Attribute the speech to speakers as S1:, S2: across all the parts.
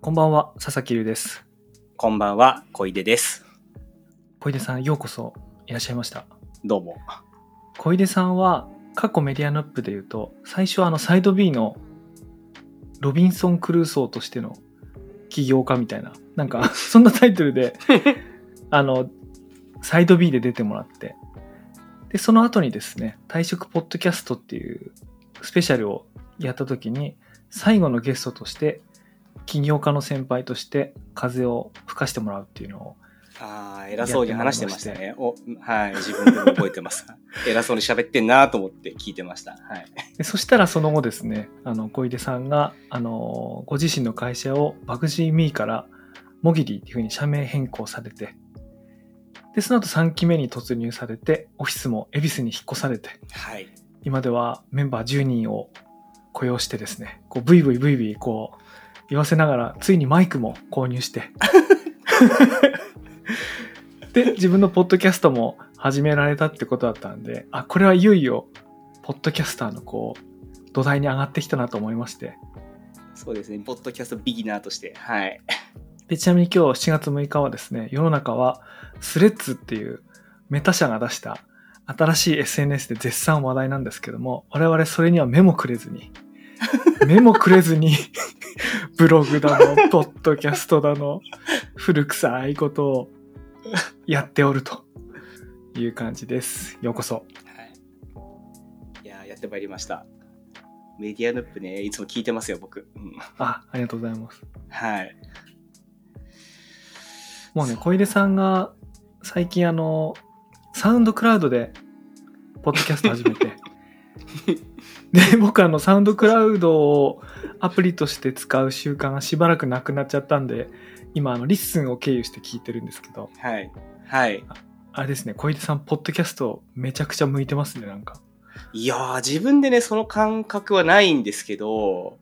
S1: こんばんは、佐々木龍です。
S2: こんばんは、小出です。
S1: 小出さん、ようこそいらっしゃいました。
S2: どうも。
S1: 小出さんは、過去メディアナップで言うと、最初はあのサイド B のロビンソン・クルーソーとしての起業家みたいな、なんか、 そんなタイトルで、あの、サイド B で出てもらって、で、その後にですね、退職ポッドキャストっていうスペシャルをやった時に、最後のゲストとして、起業家の先輩として風を吹かしてもらうっていうのを
S2: ああ、偉そうに話してましたね。お、はい、自分でも覚えてます。 偉そうに喋ってんなと思って聞いてました。はい。
S1: でそしたらその後ですねあの小出さんがあのご自身の会社をバグジーミーからモギリーっていうふうに社名変更されてでその後3期目に突入されてオフィスも恵比寿に引っ越されて
S2: はい。
S1: 今ではメンバー10人を雇用してですねこうブイブイブイブイこう言わせながらついにマイクも購入して で自分のポッドキャストも始められたってことだったんであこれはいよいよポッドキャスターのこう土台に上がってきたなと思いまして
S2: そうですね、ポッドキャストビギナーとして。はい。
S1: でちなみに今日7月6日はですね世の中はスレッズっていうメタ社が出した新しい SNS で絶賛話題なんですけども我々それには目もくれずに目もくれずにブログだのポッドキャストだの古臭いことをやっておるという感じですようこそ
S2: はい。いやー、やってまいりました。メディアヌップね、いつも聞いてますよ、僕。うん、
S1: あありがとうございます
S2: はい。
S1: もうね小出さんが最近あのサウンドクラウドでポッドキャスト始めてで僕あのサウンドクラウドをアプリとして使う習慣がしばらくなくなっちゃったんで今あのリッスンを経由して聞いてるんですけど
S2: はい。はい。
S1: あれですね小出さんポッドキャストめちゃくちゃ向いてますねなんか
S2: いやー、自分でね、その感覚はないんですけど、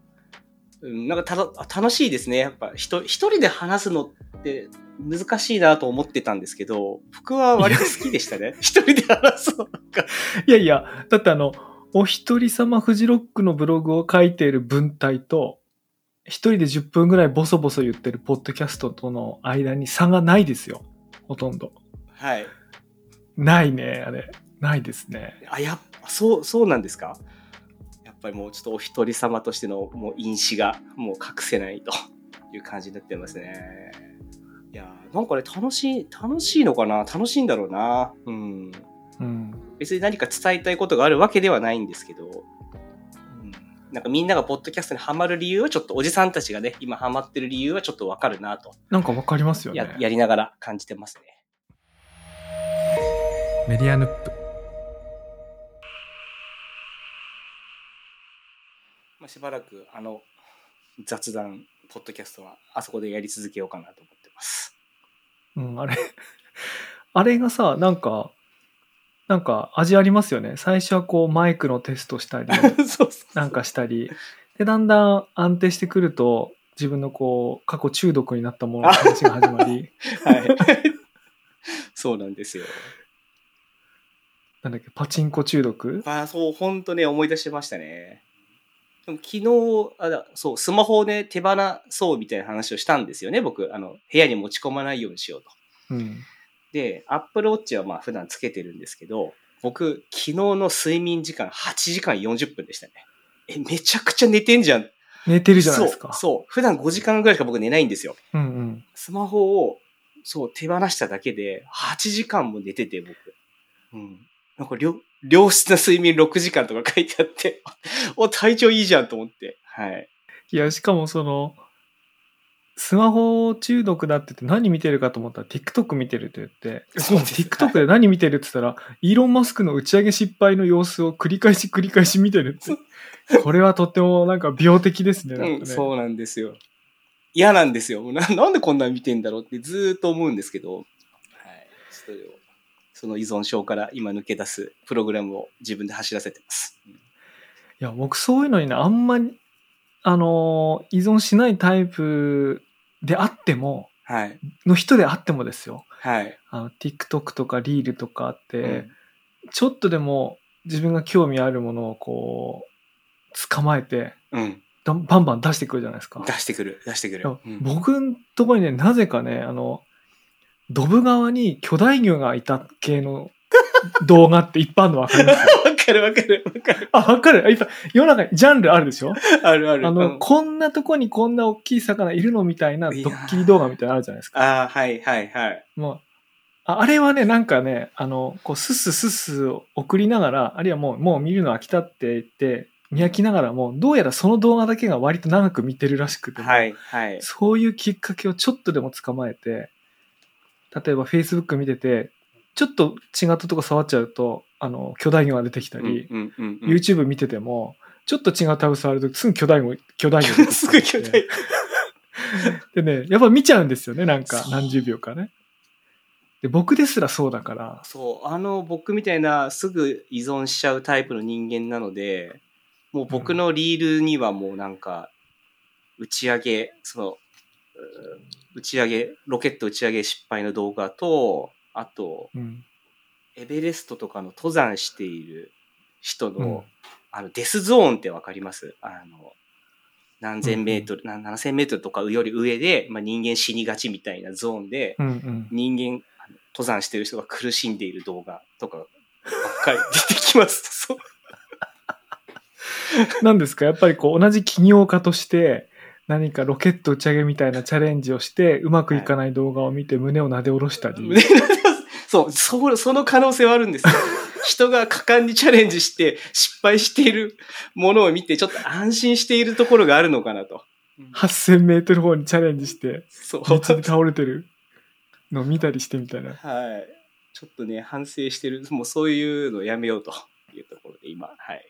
S2: うんなんかただ、楽しいですね。やっぱ、人、一人で話すのって難しいなと思ってたんですけど、僕は割と好きでしたね。 一人で話すのなんか。
S1: いやいやだってあのお一人様フジロックのブログを書いている文体と一人で10分ぐらいボソボソ言ってるポッドキャストとの間に差がないですよほとんど
S2: はい。
S1: ないね、あれ。ないですね。
S2: あ、やっぱ、そう、そうなんですかやっぱりもうちょっとお一人様としてのもう因子がもう隠せないという感じになってますね。いやー、なんかね、楽しい、楽しいのかな楽しいんだろうな。うん。
S1: うん。
S2: 別に何か伝えたいことがあるわけではないんですけど、うんなんかみんながポッドキャストにハマる理由はちょっとおじさんたちがね、今ハマってる理由はちょっとわかるなと、
S1: なんかわかりますよね。
S2: ややりながら感じてますね。
S1: メディアヌップ。
S2: まあ、しばらくあの雑談、ポッドキャストはあそこでやり続けようかなと思ってます。
S1: うん、あれ。 あれがさ、なんか、なんか味ありますよね。最初はこうマイクのテストしたり、
S2: そうそう
S1: なんかしたり。で、だんだん安定してくると、自分のこう、過去中毒になったものの話が始まり、
S2: はい。そうなんですよ。
S1: なんだっけ、パチンコ中毒
S2: まあそう、ほんとね、思い出しましたね。でも昨日、あだそう、スマホをね、手放そうみたいな話をしたんですよね、僕。あの、部屋に持ち込まないようにしようと。
S1: うん。
S2: で、Apple Watch はまあ普段つけてるんですけど、僕、昨日の睡眠時間8時間40分でしたね。え、めちゃくちゃ寝てんじゃん。
S1: 寝てるじゃないですか。
S2: そう、そう。普段5時間ぐらいしか僕寝ないんですよ。
S1: う。んうん。
S2: スマホを、そう、手放しただけで、8時間も寝てて、僕。うん。なんか、良、良質な睡眠6時間とか書いてあって、 お、体調いいじゃんと思って。はい。
S1: いや、しかもその、スマホ中毒だって言って何見てるかと思ったら TikTok 見てるって言って、
S2: そうです。
S1: TikTok で何見てるって言ったら、イーロン・マスクの打ち上げ失敗の様子を繰り返し繰り返し見てるって。これはとってもなんか病的ですね。なん
S2: う
S1: か
S2: ん、
S1: ね
S2: そうなんですよ。嫌なんですよ。な なんでこんなん見てんだろうってずーっと思うんですけど、はい。それを、その依存症から今抜け出すプログラムを自分で走らせてます。うん
S1: いや、僕そういうのにね、あんまり、あのー依存しないタイプであっても、
S2: はい。
S1: の人であってもですよ。
S2: はい。
S1: あの、TikTok とかリールとかって、
S2: うん
S1: ちょっとでも自分が興味あるものをこう、捕まえて、
S2: うん。
S1: だバンバン出してくるじゃないですか。
S2: 出してくる、出して
S1: い
S2: くる
S1: や。
S2: うん
S1: 僕のところにね、なぜかね、あの、ドブ川に巨大魚がいた系の動画っていっぱいあるの分かります
S2: わかるわかるわかる。
S1: あ、分かる。あいっぱい、世の中にジャンルあるでしょ
S2: あるある。
S1: あ
S2: う
S1: の、
S2: ん
S1: こんなとこにこんな大きい魚いるのみたいなド
S2: いやー
S1: ッキリ動画みたいなのあるじゃないですか。
S2: ああ、はいはいはい。
S1: もう、ああれはね、なんかね、あの、こう、スッスッスッスッ送りながら、あるいはもう、もう見るの飽きたって言って、見飽きながらも、どうやらその動画だけが割と長く見てるらしくて、
S2: はいはい。
S1: そういうきっかけをちょっとでも捕まえて、例えば Facebook 見てて、ちょっと違ったとこ触っちゃうと、あの、巨大魚が出てきたり、
S2: うんうんうんうん
S1: YouTube 見てても、ちょっと違うタブ触るとすぐ巨大魚、巨大魚出てきたりし
S2: す
S1: て
S2: ぐ巨大。
S1: でね、やっぱ見ちゃうんですよね、なんか
S2: そ、う
S1: 何十秒かね。で、僕ですらそうだから、
S2: そう、あの、僕みたいなすぐ依存しちゃうタイプの人間なので、もう僕のリールにはもうなんか、打ち上げ、その、うん打ち上げ、ロケット打ち上げ失敗の動画と、あと、
S1: うん。
S2: エベレストとかの登山している人の、
S1: うん
S2: あの、デスゾーンってわかりますあの、何千メートル、な何千メートルとかより上で、まあ、人間死にがちみたいなゾーンで、
S1: うんうん。
S2: 人間、あの登山してる人が苦しんでいる動画とかばっかり 出てきます。そう
S1: なんですか、やっぱりこう、同じ起業家として、何かロケット打ち上げみたいなチャレンジをして、うまくいかない動画を見て胸をなで下ろしたり、
S2: 胸の中 そう、そう、その可能性はあるん ですよ。人が果敢にチャレンジして失敗しているものを見てちょっと安心しているところがあるのかなと。
S1: 8000メートル方にチャレンジして、
S2: そう。
S1: 道で倒れてるのを見たりしてみたいな。
S2: はい。ちょっとね、反省してる。もうそういうのやめようというところで、今、はい。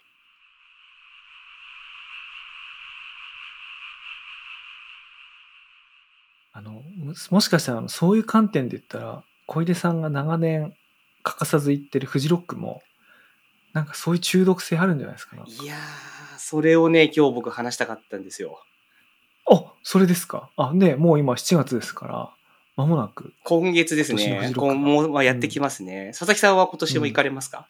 S1: あの、ももしかしたら、あのそういう観点で言ったら、小出さんが長年欠かさず行ってるフジロックも、なんかそういう中毒性あるんじゃないですかね。
S2: いやー、それをね、今日僕話したかったんですよ。
S1: あ、それですか。あ、ね、もう今7月ですから、間もなく。
S2: 今月です
S1: 今年のフ
S2: ね
S1: ジ。ロック
S2: 今後もやってきますね。佐々木さんは今年も行かれますか、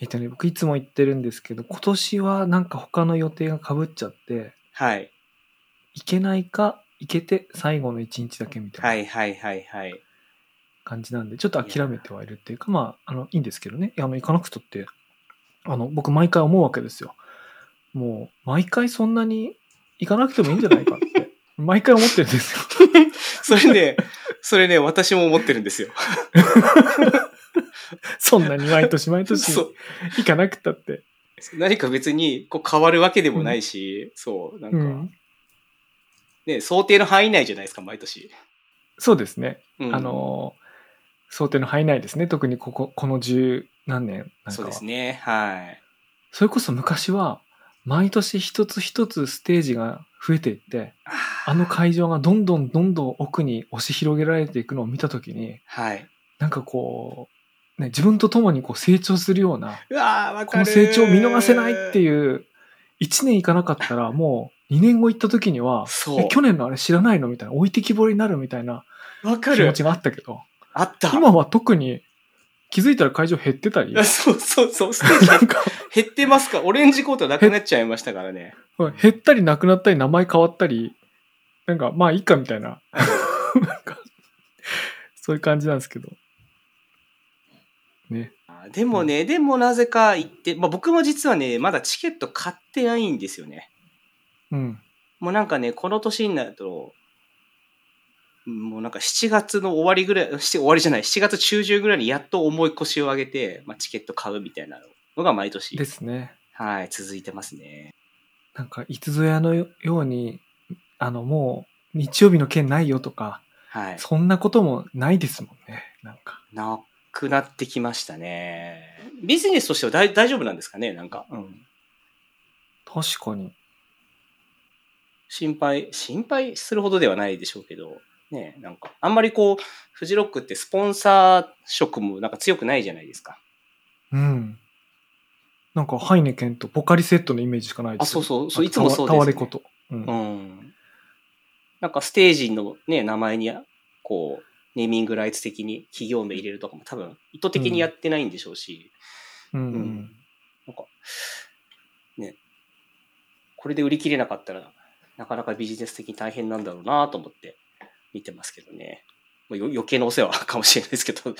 S1: えっとね、僕いつも行ってるんですけど、今年はなんか他の予定が被っちゃって、
S2: はい。
S1: 行けないか、行けて最後の1日だけみた
S2: はい
S1: ない
S2: はいはいはい。
S1: 感じなんで、ちょっと諦めてはいるっていうか、まあ、あの、いいんですけどね。いやあの、行かなくとって、あの、僕毎回思うわけですよ。もう、毎回そんなに行かなくてもいいんじゃないかって、 毎回思ってるんですよ。
S2: それね、それね、私も思ってるんですよ。
S1: そんなに毎年毎年
S2: そう。
S1: 行かなくたって。
S2: 何か別にこう変わるわけでもないし、そう、なんか、
S1: うん。
S2: ね、想定の範囲内じゃないですか、毎年。
S1: そうですね。
S2: うん
S1: あのー想定の範囲内ですね特にこここの十何年なんか
S2: そう
S1: は
S2: ですね、はい。
S1: それこそ昔は毎年一つ一つステージが増えていってあの会場がどんどんどんどん奥に押し広げられていくのを見た時に
S2: はい。
S1: なんかこう、ね、自分と共にこう成長するような
S2: うわー、わ
S1: こ
S2: か
S1: の
S2: る。
S1: 成長を見逃せないって
S2: う。
S1: いう1年行かなかったらもう2年後行った時には
S2: そう
S1: え去年のあれ知らないのみたいな置いてきぼりになるみたいな
S2: わか
S1: 気持
S2: る。
S1: ちがあったけど
S2: あった。
S1: 今は特に気づいたら会場減ってたり
S2: あ そうそうそう、ステ
S1: な
S2: ージ
S1: んか、
S2: 減ってますかオレンジコートなくなっちゃいましたからね。
S1: 減ったりなくなったり、名前変わったり、なんか、まあいいかみたいな、 なんか、そういう感じなんですけど。ね。
S2: あでもね、でもなぜか行って、まあ、僕も実はね、まだチケット買ってないんですよね。
S1: うん。
S2: もうなんかね、この年になると、もうなんか7月の終わりぐらい、し終わりじゃない、7月中旬ぐらいにやっと重い腰を上げて、まあ、チケット買うみたいなのが毎年
S1: で、すね。
S2: はい、続いてますね。
S1: なんか、いつぞやのように、あの、もう、日曜日の件ないよとか、
S2: はい。
S1: そんなこともないですもんね。なんか。
S2: なくなってきましたね。ビジネスとしては大大丈夫なんですかねなんか、うん。
S1: 確かに。
S2: 心配、心配するほどではないでしょうけど、ねなんか、あんまりこう、フジロックってスポンサー色もなんか強くないじゃないですか。
S1: うん。なんか、ハイネケンとポカリセットのイメージしかない
S2: あ、
S1: です
S2: そ
S1: よ
S2: うそう、そういつもそうです、
S1: タ
S2: ね。
S1: ワレコと。うん
S2: うん。なんかステージのね、名前に、こう、ネーミングライツ的に企業名入れるとかも多分意図的にやってないんでしょうし、
S1: うん。う
S2: うん
S1: ん。
S2: なんか、ね、これで売り切れなかったら、なかなかビジネス的に大変なんだろうなと思って見てますけどね。まあよ余計なお世話かもしれないですけど。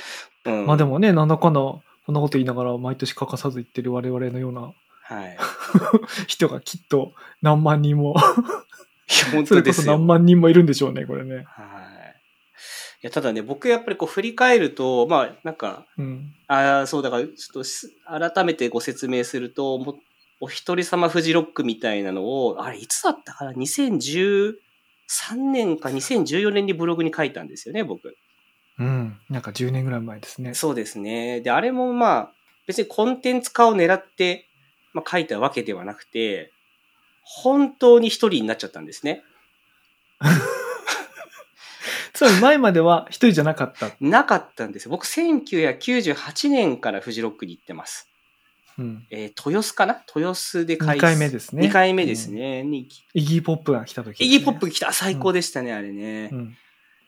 S2: うん、
S1: まあでもね、なんだかんだ、こんなこと言いながら毎年欠かさず言ってる我々のような
S2: はい。いや、
S1: 人がきっと何万人も、
S2: 本
S1: そ
S2: 当
S1: れこ
S2: で
S1: そ
S2: す
S1: 何
S2: よ。
S1: 万人もいるんでしょうね、これね。
S2: はい。いや、ただね、僕やっぱりこう振り返ると、まあ、なんか、
S1: うん。
S2: ああ、そう、だから、ちょっとす、改めてご説明すると、もお一人様フジロックみたいなのを、あれ、いつだったかな ?2013 年か2014年にブログに書いたんですよね、僕。
S1: うん。なんか10年ぐらい前ですね。
S2: そうですね。で、あれもまあ、別にコンテンツ化を狙って、まあ、書いたわけではなくて、本当に一人になっちゃったんですね。
S1: つまり前までは一人じゃなかった。
S2: なかったんですよ。僕、1998年からフジロックに行ってます。
S1: うん。
S2: えー豊洲かな豊洲で開
S1: 2回目ですね。
S2: 2回目ですね。に
S1: イギーポップが来た時、
S2: イギーポップ来た最高でしたね、あれね、
S1: うん。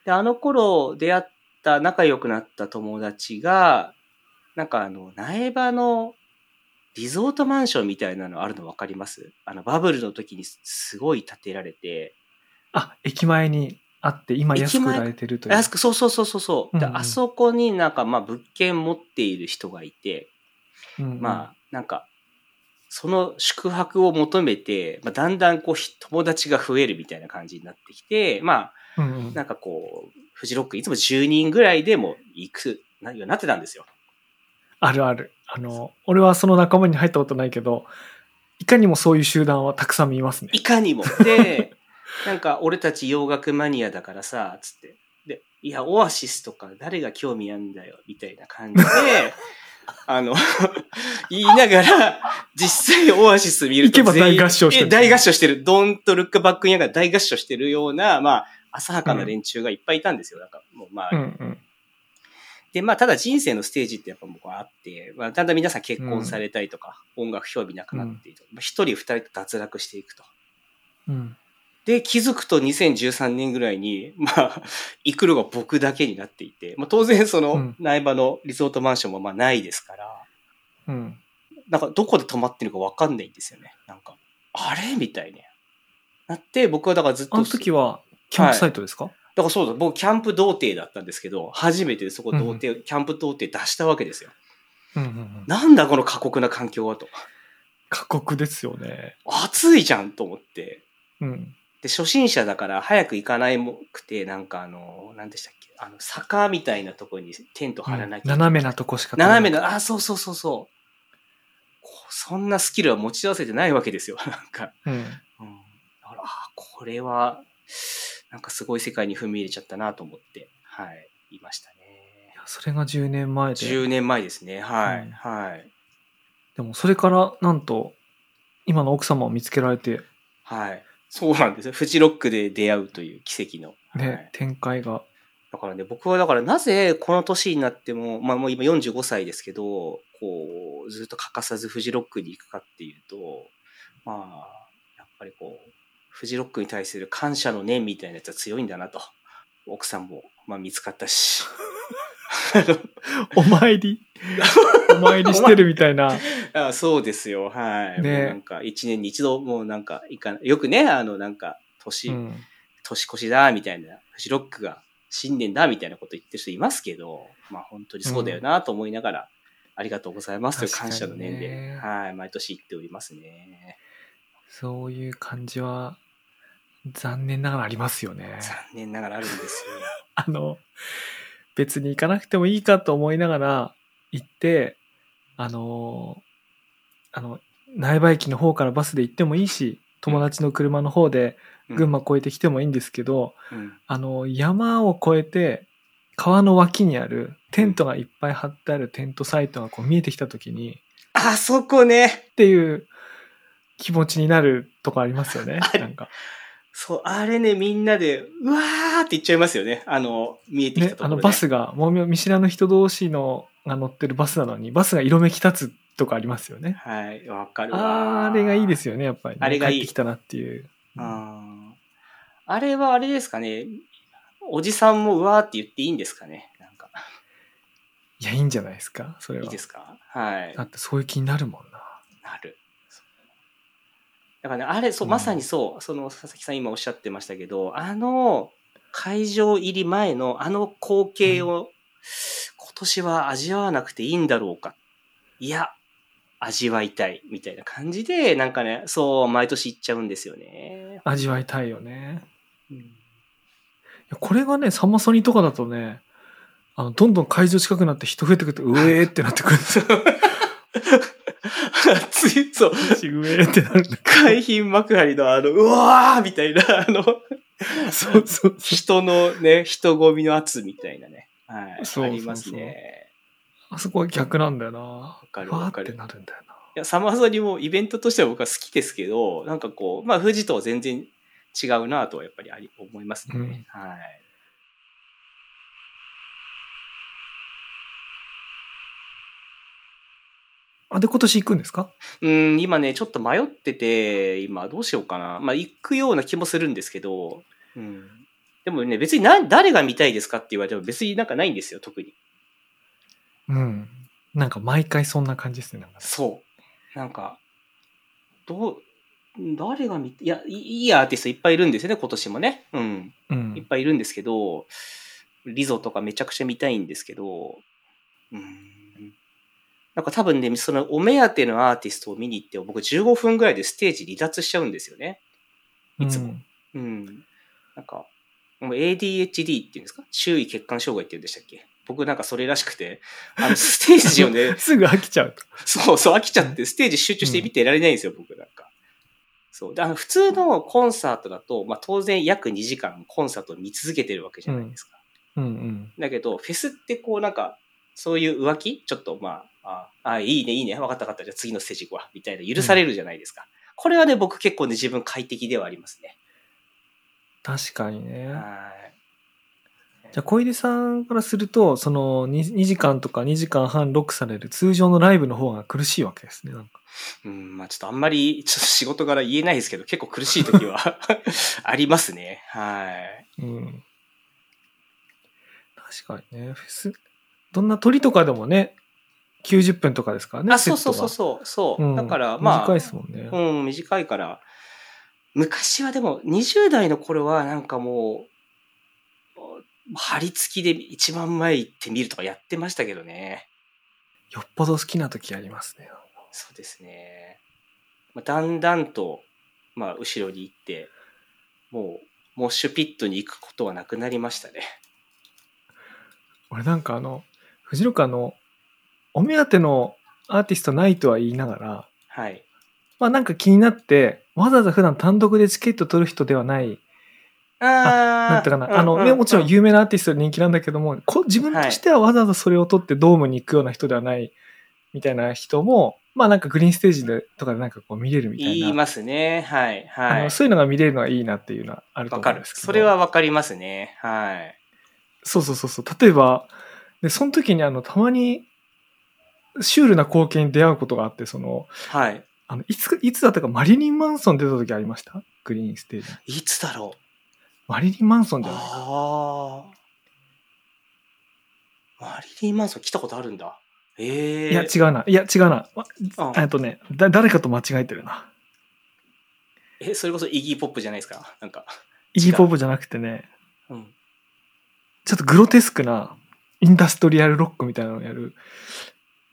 S2: で、あの頃出会った、仲良くなった友達が、なんかあの、苗場のリゾートマンションみたいなのあるの分かりますあの、バブルの時にすごい建てられて、
S1: あ、駅前にあって、今安く売られてるという。
S2: 安く、そうそうそうそうそう、で
S1: うんうん
S2: あそこになんかまあ物件持っている人がいて、
S1: うんうん
S2: まあ、なんか、その宿泊を求めて、まあ、だんだんこうひ友達が増えるみたいな感じになってきて、ま
S1: う
S2: あ、
S1: んうん
S2: なんかこう、フジロックいつも10人ぐらいでも行く、なるようになってたんですよ。
S1: あるある。あの、俺はその仲間に入ったことないけど、いかにもそういう集団はたくさん見ますね。
S2: いかにも。で、 なんか俺たち洋楽マニアだからさ、つって。で、いや、オアシスとか誰が興味あんだよ、みたいな感 じで、あの、 言いながら、実際オアシス見ると
S1: 行けば大合唱してる
S2: 全員え大合唱してる。ドンとルックバックにが大合唱してるような、まあ、浅はかな連中がいっぱいいたんですよ。なんか、もうまあ、
S1: うんうん。
S2: で、まあ、ただ人生のステージってやっぱ僕はあって、まあ、だんだん皆さん結婚されたりとか、音楽興味なくなっていると、まあ一、人二人と脱落していくと。
S1: うん。
S2: で、気づくと2013年ぐらいに、まあ、 行くのが僕だけになっていて、まあ、当然そうの
S1: ん
S2: 苗場のリゾートマンションもまあないですから、
S1: うん。
S2: なんかどこで泊まってるかわかんないんですよね。なんか、あれみたいな。なって、僕はだからずっと、
S1: あの時は、キャンプサイトですか、
S2: だからそうだ、僕キャンプ童貞だったんですけど、初めてそこ童貞、キャンプ童貞出したわけですよ。
S1: うんうんうん。
S2: なんだこの過酷な環境はと。
S1: 過酷ですよね。
S2: 暑いじゃんと思って。
S1: うん。
S2: で、初心者だから早く行かないもくて、なんかあの、何でしたっけ、あの、坂みたいなところにテント張らなきゃ、
S1: 斜めなとこしか
S2: 斜め
S1: な。
S2: な、あ、そうそうそうそう。こうそんなスキルは持ち合わせてないわけですよ、 なんか。
S1: うん。
S2: うん。だから、あこれは、なんかすごい世界に踏み入れちゃったなと思って、はい、いましたね。
S1: それが10年前で。
S2: 10年前ですね、はい、
S1: うん
S2: はい、
S1: でもそれから、なんと、今の奥様を見つけられて、
S2: はい。そうなんですよ。フジロックで出会うという奇跡の。
S1: ね、
S2: はい
S1: 展開が。
S2: だからね、僕はだからなぜこの年になっても、まあもう今45歳ですけど、こう、ずっと欠かさずフジロックに行くかっていうと、まあ、やっぱりこう、フジロックに対する感謝の念みたいなやつは強いんだなと。奥さんも、まあ見つかったし。
S1: お参 り、お参りしてるみたいな。
S2: あそうですよ、はい。
S1: ね
S2: もうなんか、一年に一度、もうなんか、いかなよくね、あの、なんか、年、
S1: うん。
S2: 年越しだ、みたいな、フジロックが新年だ、みたいなこと言ってる人いますけど、まあ本当にそうだよなと思いながら、ありがとうございますという感謝の念で、
S1: 確かにね
S2: はい、毎年行っておりますね。
S1: そういう感じは、残念ながらありますよね。
S2: 残念ながらあるんですよ。
S1: あの、別に行かなくてもいいかと思いながら行って、あの、あの、苗場駅の方からバスで行ってもいいし、友達の車の方で
S2: う ん
S1: 群馬、越えてきてもいいんですけど、
S2: うん
S1: あの、山を越えて、川の脇にあるテントがいっぱい張ってあるテントサイトがこう見えてきた時に、
S2: あそこね
S1: っていう気持ちになると こありますよね。
S2: る
S1: なんか。
S2: そう、あれね、みんなで、うわーって言っちゃいますよね。あの、見えてきた
S1: ね
S2: とこ
S1: あ
S2: ろ、ね
S1: のバスがもう見知らぬ人同士のが乗ってるバスなのにバスが色めき立つとかありますよね。
S2: はい、わかる
S1: あ
S2: わ
S1: ーあれがいいですすよねやっぱりね、
S2: あれがいい
S1: 帰ってきたなっていう。
S2: あーあれはあれですかね。おじさんもうわーって言っていいんですかね。なんか、
S1: いやいいんじゃないですかそれは。
S2: いいですかはい
S1: だ。ってそういう気になるもんな。
S2: なる。だからね、あれ、そう、
S1: うん
S2: まさにそう、その、佐々木さん今おっしゃってましたけど、あの、会場入り前のあの光景を、今年は味わわなくていいんだろうか。いや、味わいたい、みたいな感じで、なんかね、そう、毎年行っちゃうんですよね。
S1: 味わいたいよね。
S2: うん
S1: いやこれがね、サマソニとかだとね、あの、どんどん会場近くなって人増えてくると、うえーってなってくるんです よ。
S2: つい、そう、
S1: うえーってなるんだ
S2: 海浜幕張のあの、うわーみたいな、あの、
S1: そうそうそう。
S2: 人のね、人混みの圧みたいなね。はい。
S1: そうそうそう
S2: ありますね。
S1: あそこは逆なんだよな。わ
S2: かる
S1: ー
S2: わ
S1: っ
S2: かる
S1: てなるんだよな。
S2: いや、サマソニもイベントとしては僕は好きですけど、なんかこう、まあ、富士とは全然違うなとはやっぱりあり思いますね。
S1: うん
S2: はい。
S1: あ、で、今年行くんですか
S2: うん、今ね、ちょっと迷ってて、今どうしようかな。まあ、行くような気もするんですけど、うん。でもね、別にな誰が見たいですかって言われても別になんかないんですよ、特に。
S1: うん。なんか毎回そんな感じですね。なんかね
S2: そう。なんか、どう、誰が見て、いや、いいいアーティストいっぱいいるんですよね、今年もね。うん。
S1: う
S2: いっ
S1: ん。
S2: ぱいいるんですけど、リゾとかめちゃくちゃ見たいんですけど、うん。なんか多分ね、そのお目当てのアーティストを見に行っても、僕15分ぐらいでステージ離脱しちゃうんですよね。いつも
S1: うん、
S2: うん。なんか、もう ADHD っていうんですか周囲血管障害って言うんでしたっけ僕なんかそれらしくて、あのステージをね
S1: すぐ飽きちゃうと。
S2: そうそう、飽きちゃって、ステージ集中して見てられないんですよ、僕なんか。そう。で、あの、普通のコンサートだと、まあ当然約2時間コンサートを見続けてるわけじゃないですか。
S1: うんうん。
S2: だけど、フェスってこうなんか、そういう浮気ちょっとまあ、ああ、いいね、いいね、わかったわかった、じゃあ次のステージ行くわ、みたいな、許されるじゃないですか。これはね、僕結構ね、自分快適ではありますね。
S1: 確かにね。
S2: はい。
S1: じゃあ小出さんからすると、その 2, 時間とか2時間半ロックされる通常のライブの方が苦しいわけですね。なんか
S2: うん、まあちょっとあんまり、ちょっと仕事から言えないですけど、結構苦しい時は ありますね。はい。
S1: うん。確かにね。フェス、どんな鳥とかでもね、90分とかですからね。
S2: あ、そうそうそう
S1: う。
S2: そう、そう。
S1: うん
S2: だから、まあ、
S1: 短いですもんね。
S2: うん、短いから。昔はでも、20代の頃はなんかもう、張り付きで一番前行ってみるとかやってましたけどね。
S1: よっぽど好きな時ありますね。
S2: そうですね。まあ、だんだんと、まあ、後ろに行って、もう、モッシュピットに行くことはなくなりましたね。
S1: 俺なんかあの、藤野君あの、お目当てのアーティストないとは言いながら、
S2: はい。
S1: まあなんか気になって、わざわざ普段単独でチケット取る人ではない
S2: あー
S1: なんていうか
S2: うん
S1: な、あの、ね、もちろん有名なアーティストで人気なんだけども、こ自分としてはわざわざそれを取ってドームに行くような人ではない、みたいな人も、まあなんかグリーンステージでとかでなんかこう見れるみたい
S2: 言い
S1: な、
S2: ますね。はい、
S1: あ
S2: は
S1: の
S2: い。
S1: そういうのが見れるのはいいなっていうのはあると
S2: わ
S1: 思
S2: か
S1: うん
S2: る
S1: で。すけど。
S2: それはわかりますね。はい。
S1: そうそうそうそう。例えば、で、その時にあの、たまに、シュールな光景に出会うことがあって、その、
S2: はい。
S1: あの、いつ、いつだったかマリリン・マンソン出た時ありましたグリーンステージ。
S2: いつだろ
S1: マリリン・マンソン
S2: う
S1: じゃない
S2: ああ。マリリン・マンソン来たことあるんだ。ええ
S1: いや、違うな。いや、違うな。わ
S2: あ
S1: えっとね、だ、誰かと間違えてるな。
S2: え、それこそイギー・ポップじゃないですか。なんか。
S1: イギー・ポップじゃなくてね、
S2: うん。
S1: ちょっとグロテスクな、インダストリアルロックみたいなのをやる。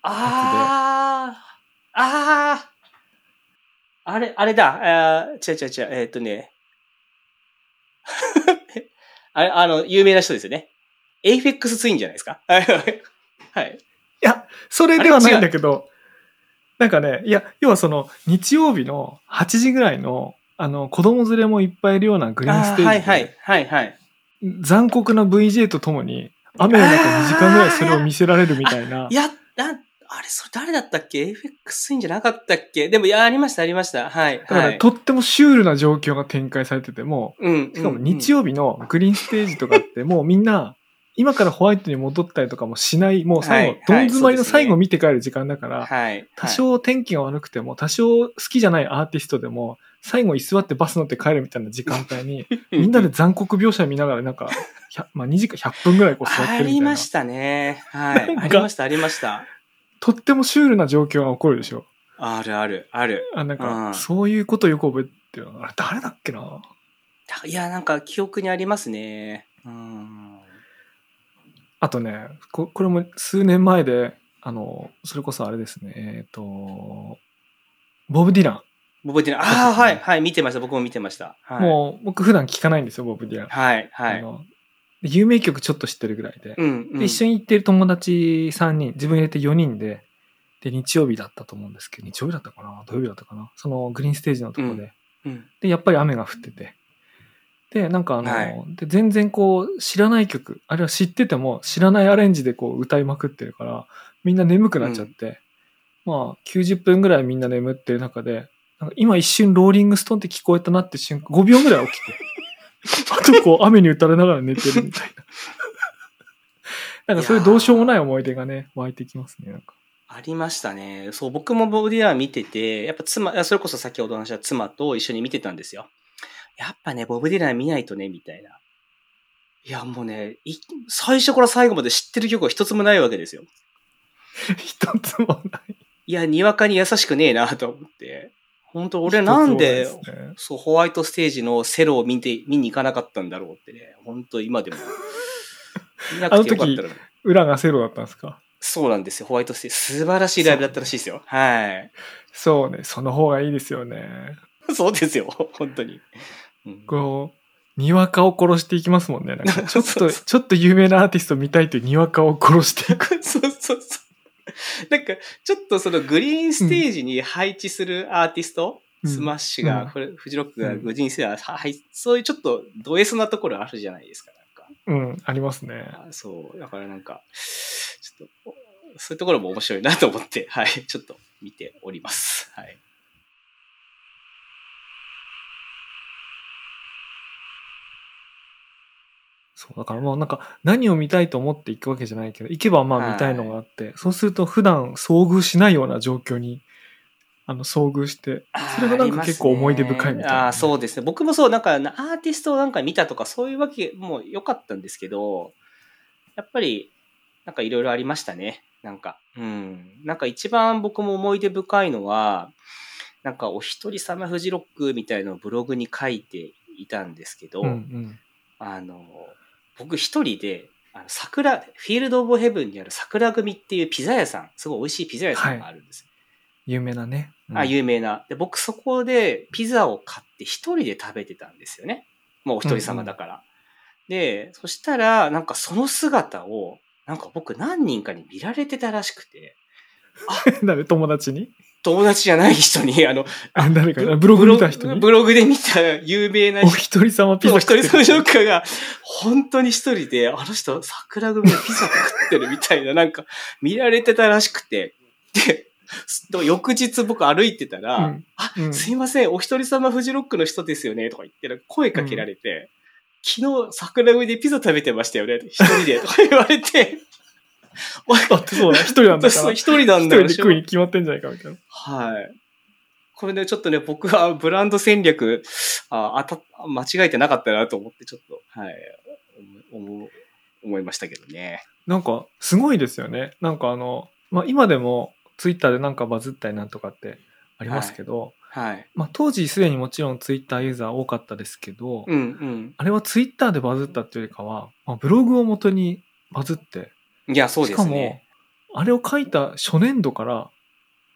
S2: ああ。ああ。あれ、あれだ。あー違う違う違う。えーっとね。 あれ、あの、有名な人ですよね。エイフェックス・ツインじゃないですか。 はいはいはい。
S1: いや、それではないんだけど、なんかね、いや、要はその、日曜日の8時ぐらいの、あの、子供連れもいっぱいいるようなグリーンス
S2: あ
S1: テ
S2: ーは
S1: ー
S2: い
S1: ジ
S2: は
S1: で
S2: い、はいはい。
S1: 残酷な VJ とともに、雨の中2時間ぐらいそれを見せられるみたいな。
S2: いや、な、あれ、それ誰だったっけ ?FX インじゃなかったっけでも、いや、ありました、ありました。はい。
S1: だから、
S2: はい、
S1: とってもシュールな状況が展開されてても、
S2: うん。
S1: しかも日曜日のグリーンステージとか ってもうみんな、今からホワイトに戻ったりとかもしない、もう最後、ど
S2: はいはい
S1: ん詰まりの最
S2: そ
S1: 後
S2: う
S1: 見て帰る時間だか
S2: うん、
S1: ら、
S2: はい。
S1: 多少天気が悪くても、多少好きじゃないアーティストでも、最後居座ってバス乗って帰るみたいな時間帯 に、
S2: はい、
S1: みんなで残酷描写見ながら、なんか、100まあ、2時間100分ぐらいこう座っ
S2: あ
S1: てるみた
S2: り
S1: い
S2: ま
S1: な。
S2: したね。はい。
S1: なんか
S2: ありました、ありました。
S1: とってもシュールな状況が起こるでしょ。
S2: ああるある、ある。
S1: あなん
S2: う
S1: か
S2: ん
S1: そういうことよく覚えてるなあれ誰だっけない
S2: や、なんか記憶にありますね。うん。
S1: あとねここれも数年前であのそれこそあれですねえっ、とボブ・ディラン、
S2: 覚えてない。ああ、はい、はい、見てました。僕も見てました。はい、
S1: もう僕普段聞かないんですよボブ・ディラン、
S2: はい、は
S1: あ
S2: い。
S1: ので有名曲ちょっと知ってるぐらいで、
S2: うん、うん。
S1: で一緒に行ってる友達3人、自分入れて4人で、で、日曜日だったと思うんですけど、日曜日だったかな土曜日だったかなそのグリーンステージのとこで。
S2: んうん
S1: で、やっぱり雨が降ってて。で、なんかあの、
S2: はい
S1: で全然こう、知らない曲、あるいは知ってても知らないアレンジでこう歌いまくってるから、みんな眠くなっちゃって、まあ、90分ぐらいみんな眠ってる中で、なんか今一瞬ローリングストーンって聞こえたなって瞬間、5秒ぐらい起 きて。あとこう雨に打たれながら寝てるみたい な。なんかそういうどうしようもない思い出がね、湧いてきますね。なんか
S2: ありましたね。そう、僕もボディラン見てて、やっぱ妻、あそれこそ先ほどお話した妻と一緒に見てたんですよ。やっぱね、ボブ・ディラン見ないとね、みたいな。いや、もうね、い最初から最後まで知ってる曲は一つもないわけですよ。
S1: 一つもない。
S2: いや、にわかに優しくねえなと思って。本当俺なんで
S1: 一つもないすね
S2: そう、ホワイトステージのセロを見て、見に行かなかったんだろうってね、本当今 でも。見なくてよかったら。
S1: 裏がセロだったんですか
S2: そうなんですよ、ホワイトステージ。素晴らしいライブだったらしいですよ。はい。
S1: そうね、その方がいいですよね。
S2: そうですよ、本当に。うん
S1: こう、にわかを殺していきますもんね。 なんかちょっ
S2: そう
S1: と、
S2: そ
S1: ちょっと有名なアーティスト見たいというにわかを殺してい く。
S2: そうそうそう。なんか、ちょっとそのグリーンステージに配置するアーティスト、
S1: うん
S2: スマッシュ
S1: うん
S2: が、フルフジロックが、
S1: うん
S2: グリーンステージが、はい、そういうちょっとド S なところあるじゃないですか、なんか。
S1: うん、ありますね。
S2: あそう、だからなんか、ちょっと、そういうところも面白いなと思って、はい、ちょっと見ております。はい。
S1: そう、だからもうなんか何を見たいと思って行くわけじゃないけど、行けばま
S2: は
S1: あ
S2: い
S1: 見たいのがあって、そうすると普段遭遇しないような状況に、あの、遭遇して、それがなんか結構思い出深いみたいなね、
S2: あーそうですね。僕もそう、なんか、アーティストをなんか見たとか、そういうわけも良かったんですけど、やっぱり、なんかいろいろありましたね。なんか、うん。なんか一番僕も思い出深いのは、なんかお一人様フジロックみたいのをブログに書いていたんですけど、
S1: うんうん。
S2: あの、僕一人で、あの桜、フィールド・オブ・ヘブンにある桜組っていうピザ屋さん、すごい美味しいピザ屋さんがあるんですよ。
S1: 有名なね。うん
S2: あ、有名な。で、僕そこでピザを買って一人で食べてたんですよね。もうお一人様だから。で、そしたら、なんかその姿を、なんか僕何人かに見られてたらしくて、
S1: 誰友達に
S2: 友達じゃない人に、あの、
S1: あ誰か、ブログ見た人
S2: ブロ
S1: に
S2: ブログで見た有名な
S1: お一
S2: 人
S1: 人様ピザ
S2: お一
S1: 食って
S2: 人
S1: る。
S2: 様ショッカーが、本当に一人で、あの人、桜組のピザ食ってるみたいな、なんか、見られてたらしくて。で、す翌日僕歩いてたら、
S1: うん
S2: あ、
S1: うん
S2: すいません、お一人様フジロックの人ですよね、とか言って、なんか声かけられて、昨日桜組でピザ食べてましたよね、一人で、とか言われて、おい
S1: だってそうだ、一人なんだか
S2: そう
S1: ら。
S2: 一
S1: 一
S2: 人なんだ
S1: 人
S2: よ
S1: で食いに決まってんじゃないかみたいな。
S2: はい。これね、ちょっとね、僕はブランド戦略、あ、当たっ間違えてなかったなと思って、ちょっと、はい、思思う、思いましたけどね。
S1: なんか、すごいですよね。なんかあの、まあ今でもツイッターでなんかバズったりなんとかってありますけど、
S2: はい。
S1: まあ、当時すでにもちろんツイッターユーザー多かったですけど、
S2: うん、うん。
S1: あれはツイッターでバズったっていうよりかは、まあ、ブログを元にバズって、
S2: いや、そう
S1: し
S2: で
S1: か
S2: す
S1: も
S2: ね。、
S1: あれを書いた初年度から、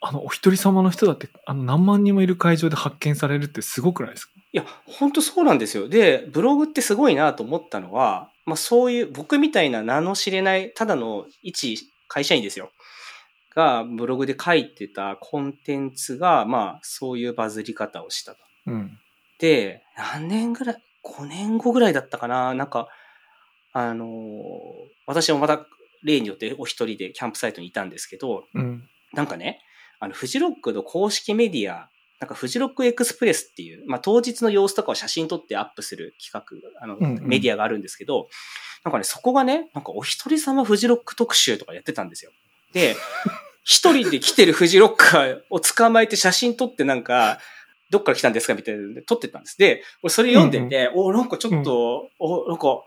S1: あの、お一人様の人だって、あの、何万人もいる会場で発見されるってすごくないですか
S2: いや、本当そうなんですよ。で、ブログってすごいなと思ったのは、まあそういう、僕みたいな名の知れない、ただの一会社員ですよ。が、ブログで書いてたコンテンツが、まあそういうバズり方をしたと。
S1: うん。
S2: で、何年ぐらい、5年後ぐらいだったかな、なんか、あのー私もまた例によってお一人でキャンプサイトにいたんですけど、
S1: うん。
S2: なんかね、あの、フジロックの公式メディア、なんかフジロックエクスプレスっていう、まあ当日の様子とかを写真撮ってアップする企画、あの、
S1: うんうん
S2: メディアがあるんですけど、なんかね、そこがね、なんかお一人様フジロック特集とかやってたんですよ。で、 一人で来てるフジロッカーを捕まえて写真撮ってなんか、どっから来たんですかみたいなので撮ってたんです。で、俺それ読んでて、お、なんかちょっと、お、なんか、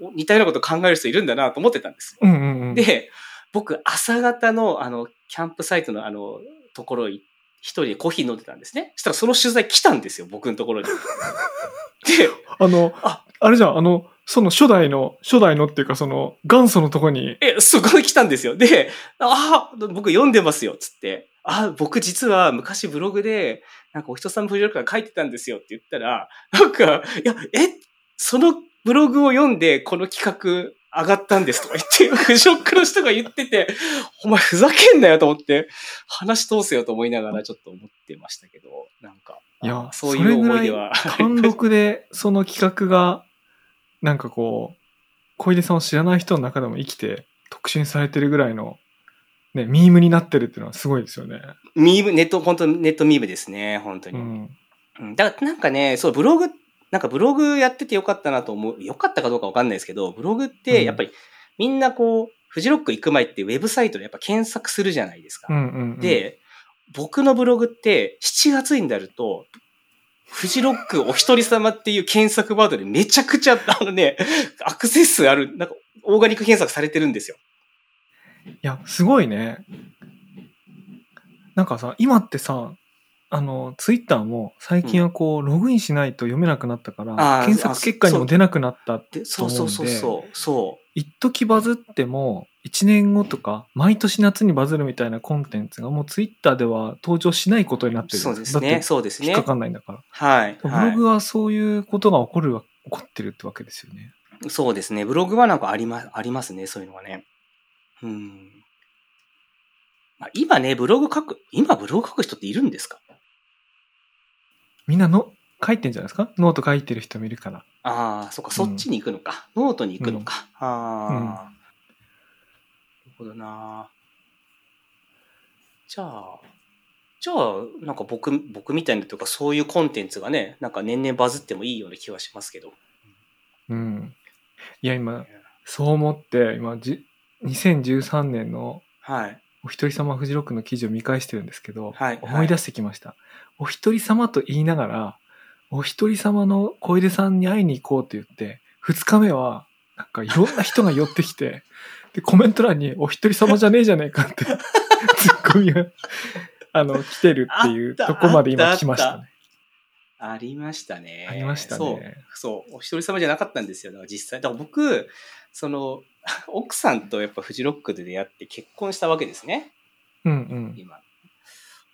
S2: お似たようなこと考える人いるんだなと思ってたんです。
S1: うんうんうん。
S2: で、僕、朝方の、あの、キャンプサイトの、あの、ところ行っ一人でコーヒー飲んでたんですね。そしたらその取材来たんですよ、僕のと ころに。で、
S1: あの、
S2: あ
S1: あれじゃん、あの、その初代の、初代のっていうかその、元祖のとこに、
S2: え、そこに来たんですよ。で、ああ、僕読んでますよ、つって。あ僕実は昔ブログで、なんかお人さんブログから書いてたんですよって言ったら、なんか、いや、え、そのブログを読んで、この企画上がったんですとか言って、 フジョックの人が言ってて、お前ふざけんなよと思って、話し通せよと思いながらちょっと思ってましたけど、なんか、
S1: いや
S2: あそういう思い出は。
S1: 単独でその企画が、なんかこう、小出さんを知らない人の中でも生きて、特集にされてるぐらいの、ね、ミームになってるっていうのはすごいですよね。
S2: ミーム、ネット、本当ネットミームですね、本当
S1: う
S2: に。
S1: ん。
S2: うんだからなんかね、そう、ブログ、なんかブログやっててよかったなと思う。よかったかどうかわかんないですけど、ブログっ
S1: う
S2: て
S1: ん
S2: やっぱりみんなこう、フジロック行く前ってウェブサイトでやっぱ検索するじゃないですか。
S1: うんうん、うん。、
S2: で、僕のブログって7月になると、フジロックお一人様っていう検索ワードでめちゃくちゃ、あのね、アクセス数ある、なんかオーガニック検索されてるんですよ。
S1: いや、すごいね。なんかさ、今ってさ、あの、ツイッターも最近はこう、ログインしないと読めなくなったから、
S2: あー
S1: 検索結果にも出なくなった
S2: で、そうそうそうそう、そう。
S1: 一時バズっても1年後とか毎年夏にバズるみたいなコンテンツがもうツイッターでは登場しないことになってる
S2: そうです
S1: だ
S2: ね、
S1: って
S2: そうです
S1: 引
S2: ね
S1: っ。かかんないんだから、
S2: はい。はい
S1: ブログはそういうことが起こるわ起こってるってわけですよね
S2: そうですね。ブログはなんかありま、ありますね。そういうのがね。うん。まあ、今ね、ブログ書く、今ブログ書く人っているんですか
S1: みんなの書いてんじゃないですかノート書いてる人もいるから
S2: ああ、そっか、そっちに行くのか。ノートに行くのか。ああ、なるほどな。じゃあ、じゃあ、なんか僕、僕みたいなというか、そういうコンテンツがね、なんか年々バズってもいいような気はしますけど。
S1: うんいや今そう思って今じ2013年の
S2: はい。
S1: お一人様フジロックの記事を見返してるんですけど、
S2: はい
S1: 思い出してきました。お一人様と言いながら、お一人様の小出さんに会いに行こうって言って、二日目は、なんかいろんな人が寄ってきて、で、コメント欄にお一人様じゃねえじゃねえかって、 ツッコミが、あの、来てるっていう
S2: あった
S1: とこまで
S2: あ
S1: 今
S2: った
S1: 来ましたね。
S2: ありましたね。
S1: ありました
S2: そう
S1: ね。
S2: そう、お一人様じゃなかったんですよ、だから実際。だから僕、その、 奥さんとやっぱフジロックで出会って結婚したわけですね、
S1: うんうん
S2: 今。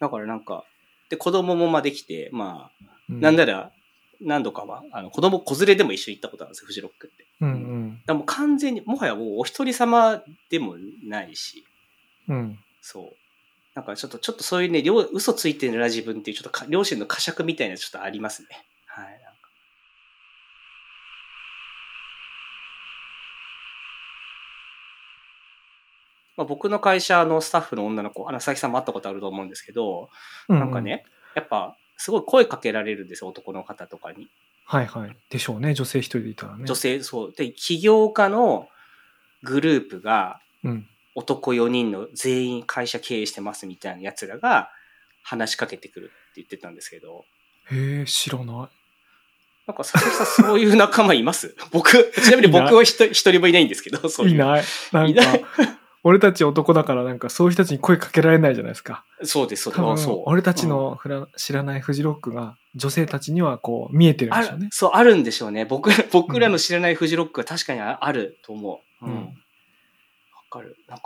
S2: だからなんか、で、子供もまあできて、まあ、
S1: うん。
S2: なんなら、何度かは、あの、子供子連れでも一緒に行ったことあるんですよ、フジロックって。
S1: うんうん。
S2: だからもう完全に、もはやもうお一人様でもないし、
S1: うん。
S2: そう。なんかちょっと、ちょっとそういうね、両嘘ついてるな自分っていう、ちょっとか両親の呵責みたいなちょっとありますね。はい。なんかまあ、僕の会社のスタッフの女の子、あの、佐々木さんも会ったことあると思うんですけど、
S1: う
S2: なんか。ね、やっぱ、すごい声かけられるんですよ、男の方とかに。
S1: はいはい。でしょうね。女性一人でいたらね。
S2: 女性、そう。で、起業家のグループが、
S1: うん。
S2: 男4人の全員会社経営してますみたいなやつらが話しかけてくるって言ってたんですけど、
S1: へえ、知らない。
S2: なんか佐々木さんそういう仲間います 僕、ちなみに僕は一人一人もいないんですけど、そういう。
S1: いない。ないん
S2: な
S1: か
S2: い、
S1: 俺たち男だからなんかそういう人たちに声かけられないじゃないですか。
S2: そうです、そうです
S1: 多
S2: あ。
S1: 分
S2: そ、う
S1: 俺たちのふら、知らないフジロックが女性たちにはこう見えてるん
S2: あ
S1: でしょう
S2: る
S1: ね。
S2: そう、あるんでしょうね。僕僕らの知らないフジロックは確かにああると思う。うん。
S1: う
S2: わ、
S1: ん
S2: かる。なんか、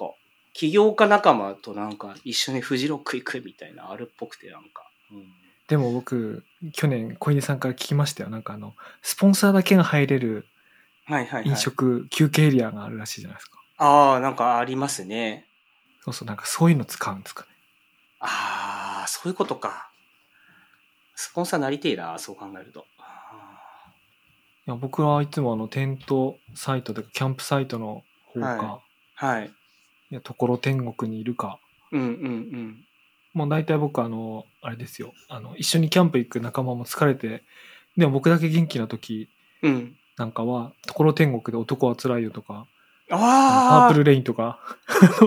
S2: 起業家仲間となんか一緒にフジロック行くみたいな、あるっぽくてなんか。うん
S1: でも僕、去年小出さんから聞きましたよ。なんかあの、スポンサーだけが入れる
S2: はいはい、はい。
S1: 飲食休憩エリアがあるらしいじゃないですか。
S2: ああ、なんかありますね。
S1: そうそう、なんかそういうの使うんですかね。
S2: ああ、そういうことか。スポンサーなりてえな、そう考えると。あ
S1: いや僕はいつもあの、テントサイトとか、キャンプサイトの方か、
S2: はーはい。
S1: い、や、ところ天国にいるか、
S2: うんうんうん。
S1: もう大体僕あの、あれですよ。あの、一緒にキャンプ行く仲間も疲れて、でも僕だけ元気な時
S2: うん。
S1: なんかは、ところ天国で男は辛いよとか、パー
S2: あ
S1: プ
S2: あ
S1: ル、レインとか、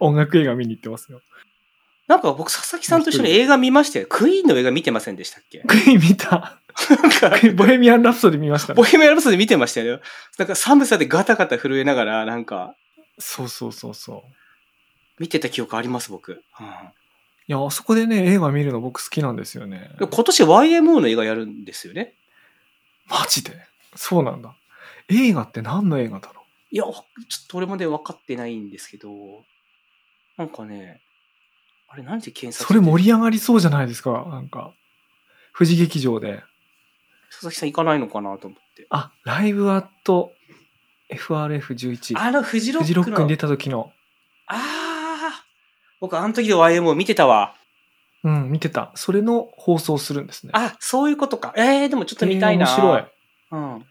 S1: 音楽映画見に行ってますよ。
S2: なんか僕、佐々木さんと一緒に映画見ましたよ。クイーンの映画見てませんでしたっ け
S1: クイーン見た。
S2: なんか、
S1: クイーンボヘミアン・ラプソディ見ました、ね
S2: ボ。ヘミアン・ラプソディ見てましたよ。なんか寒さでガタガタ震えながら、なんか、
S1: そうそうそうそう。
S2: 見てた記憶あります、僕。うん
S1: いいや、あそこでね、映画見るの僕好きなんですよね。
S2: 今年 YMO の映画やるんですよね。
S1: マジでそうなんだ。映画って何の映画だろ
S2: いや、ちょっと俺まで分かってないんですけど、なんかね、あれ何で検
S1: う
S2: 索
S1: それ盛り上がりそうじゃないですか。なんか、富士劇場で。
S2: 佐々木さん行かないのかなと思って。
S1: あ、ライブアット FRF11。
S2: あの、フジロ
S1: フジ
S2: ッ
S1: ロ
S2: ク
S1: ッ
S2: の。
S1: クに出た時の。
S2: ああ僕、あの時の YMO 見てたわ。
S1: うん、見てた。それの放送するんですね。
S2: あ、そういうことか。ええー、でもちょっと見たいな。
S1: えー面白い。
S2: うん。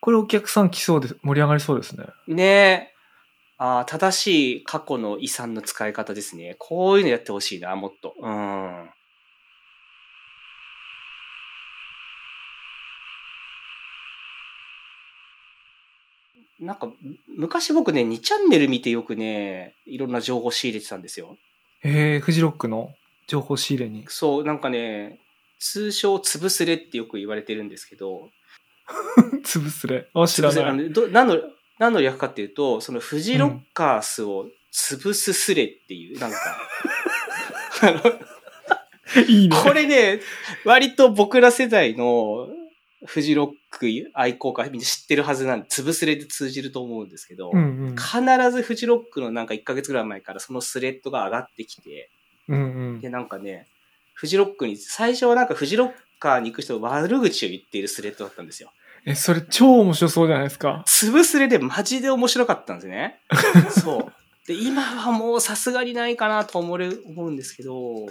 S1: これお客さん来そうです。盛り上がりそうですね。
S2: ねえ。ああ、正しい過去の遺産の使い方ですね。こういうのやってほしいな、もっと。うん。なんか、昔僕ね、2チャンネル見てよくね、いろんな情報仕入れてたんですよ。
S1: えー、フジロックの情報仕入れに。
S2: そう、なんかね、通称、つぶすれってよく言われてるんですけど、
S1: つぶすれ。あ、知ら
S2: あ
S1: ない。
S2: のど何の、何の略かっていうと、そのフジロッカースを潰すすれっていう、なんか、あの
S1: いいね。
S2: これね、割と僕ら世代のフジロック愛好家、みんな知ってるはずなんで、潰すれで通じると思うんですけど、
S1: うんうん。
S2: 必ずフジロックのなんか1ヶ月ぐらい前からそのスレッドが上がってきて、
S1: うんう
S2: で、
S1: ん。
S2: なんかね、フジロックに、最初はなんかフジロッカーに行く人の悪口を言っているスレッドだったんですよ。
S1: え、それ超面白そうじゃないですか。
S2: つぶすれでマジで面白かったんですね。そう。で、今はもうさすがにないかなと思れ思うんですけど、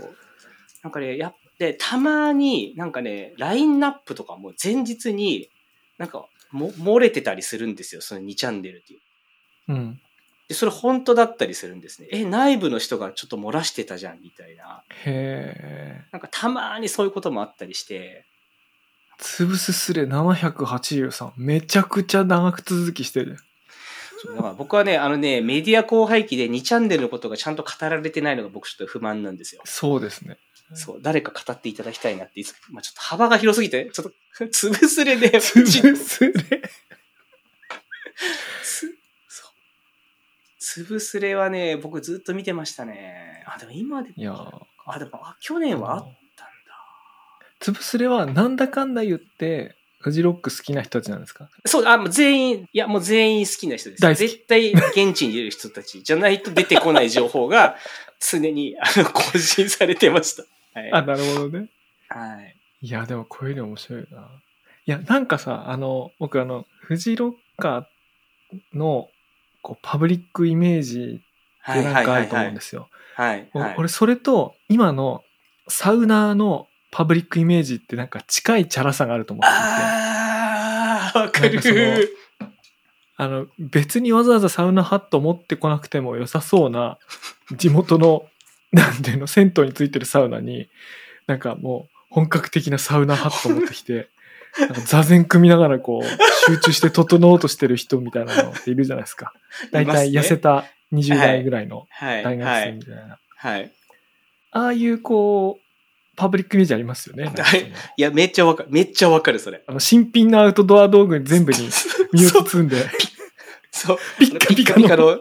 S2: なんかね、やって、たまになんかね、ラインナップとかも前日になんかも漏れてたりするんですよ、その2チャンネルっていう。
S1: うん。
S2: で、それ本当だったりするんですね。え、内部の人がちょっと漏らしてたじゃん、みたいな。
S1: へえ。
S2: なんかたまにそういうこともあったりして、
S1: つぶすすれ783。めちゃくちゃ長く続きしてる。
S2: だから僕はね、あのね、メディア後輩期で2チャンネルのことがちゃんと語られてないのが僕ちょっと不満なんですよ。
S1: そうですね。
S2: そう、誰か語っていただきたいなっていつ、まあ、ちょっと幅が広すぎて、ちょっと、 つぶすれで、
S1: つぶ
S2: ちつ
S1: すれ。
S2: そうつぶすれはね、僕ずっと見てましたね。あ、でも今で、
S1: いやー
S2: あ、でも、あ去年はあったんだ。
S1: つぶすれはなんだかんだ言って、フジロック好きな人たちなんですか
S2: そう、あ、もう全員、いや、もう全員好きな人です。
S1: 大好き
S2: 絶対、現地にいる人たちじゃないと出てこない情報が、 常に、あの、更新されてました。はい。
S1: あ、なるほどね。
S2: はい。
S1: いや、でもこういうの面白いな。いや、なんかさ、あの、僕あの、フジロッカーの、こう、パブリックイメージっ
S2: は
S1: て
S2: い、
S1: な
S2: は
S1: ん
S2: い、
S1: かあ
S2: は
S1: る
S2: い。
S1: と思う
S2: は
S1: ん
S2: い
S1: で。すよ。
S2: はい、
S1: お
S2: はい。
S1: 俺、それと、今のサウナーのパブリックイメージってなんか近いチャラさがあると思っていて、あ
S2: あー、わか
S1: なんかその
S2: る。
S1: の、別にわざわざサウナハット持ってこなくても良さそう な、地元の、なんていうの、銭湯についてるサウナに、なんかもう、本格的なサウナハット持ってき て、なんか座禅組みながらこう、集中して整おうとしてる人みたいなのっているじゃないですか。だいたい痩せた20代ぐらいの
S2: はい。
S1: 大学
S2: は
S1: 生
S2: い。
S1: みたいな。
S2: はい。
S1: ああいうこう、パブリックイメージありますよね。なんかその
S2: いや、めっちゃわかる。めっちゃわかる、それ。
S1: あの、新品のアウトドア道具全部に身を
S2: そう
S1: 包ん で、
S2: そう。
S1: ピッカピカの。
S2: の。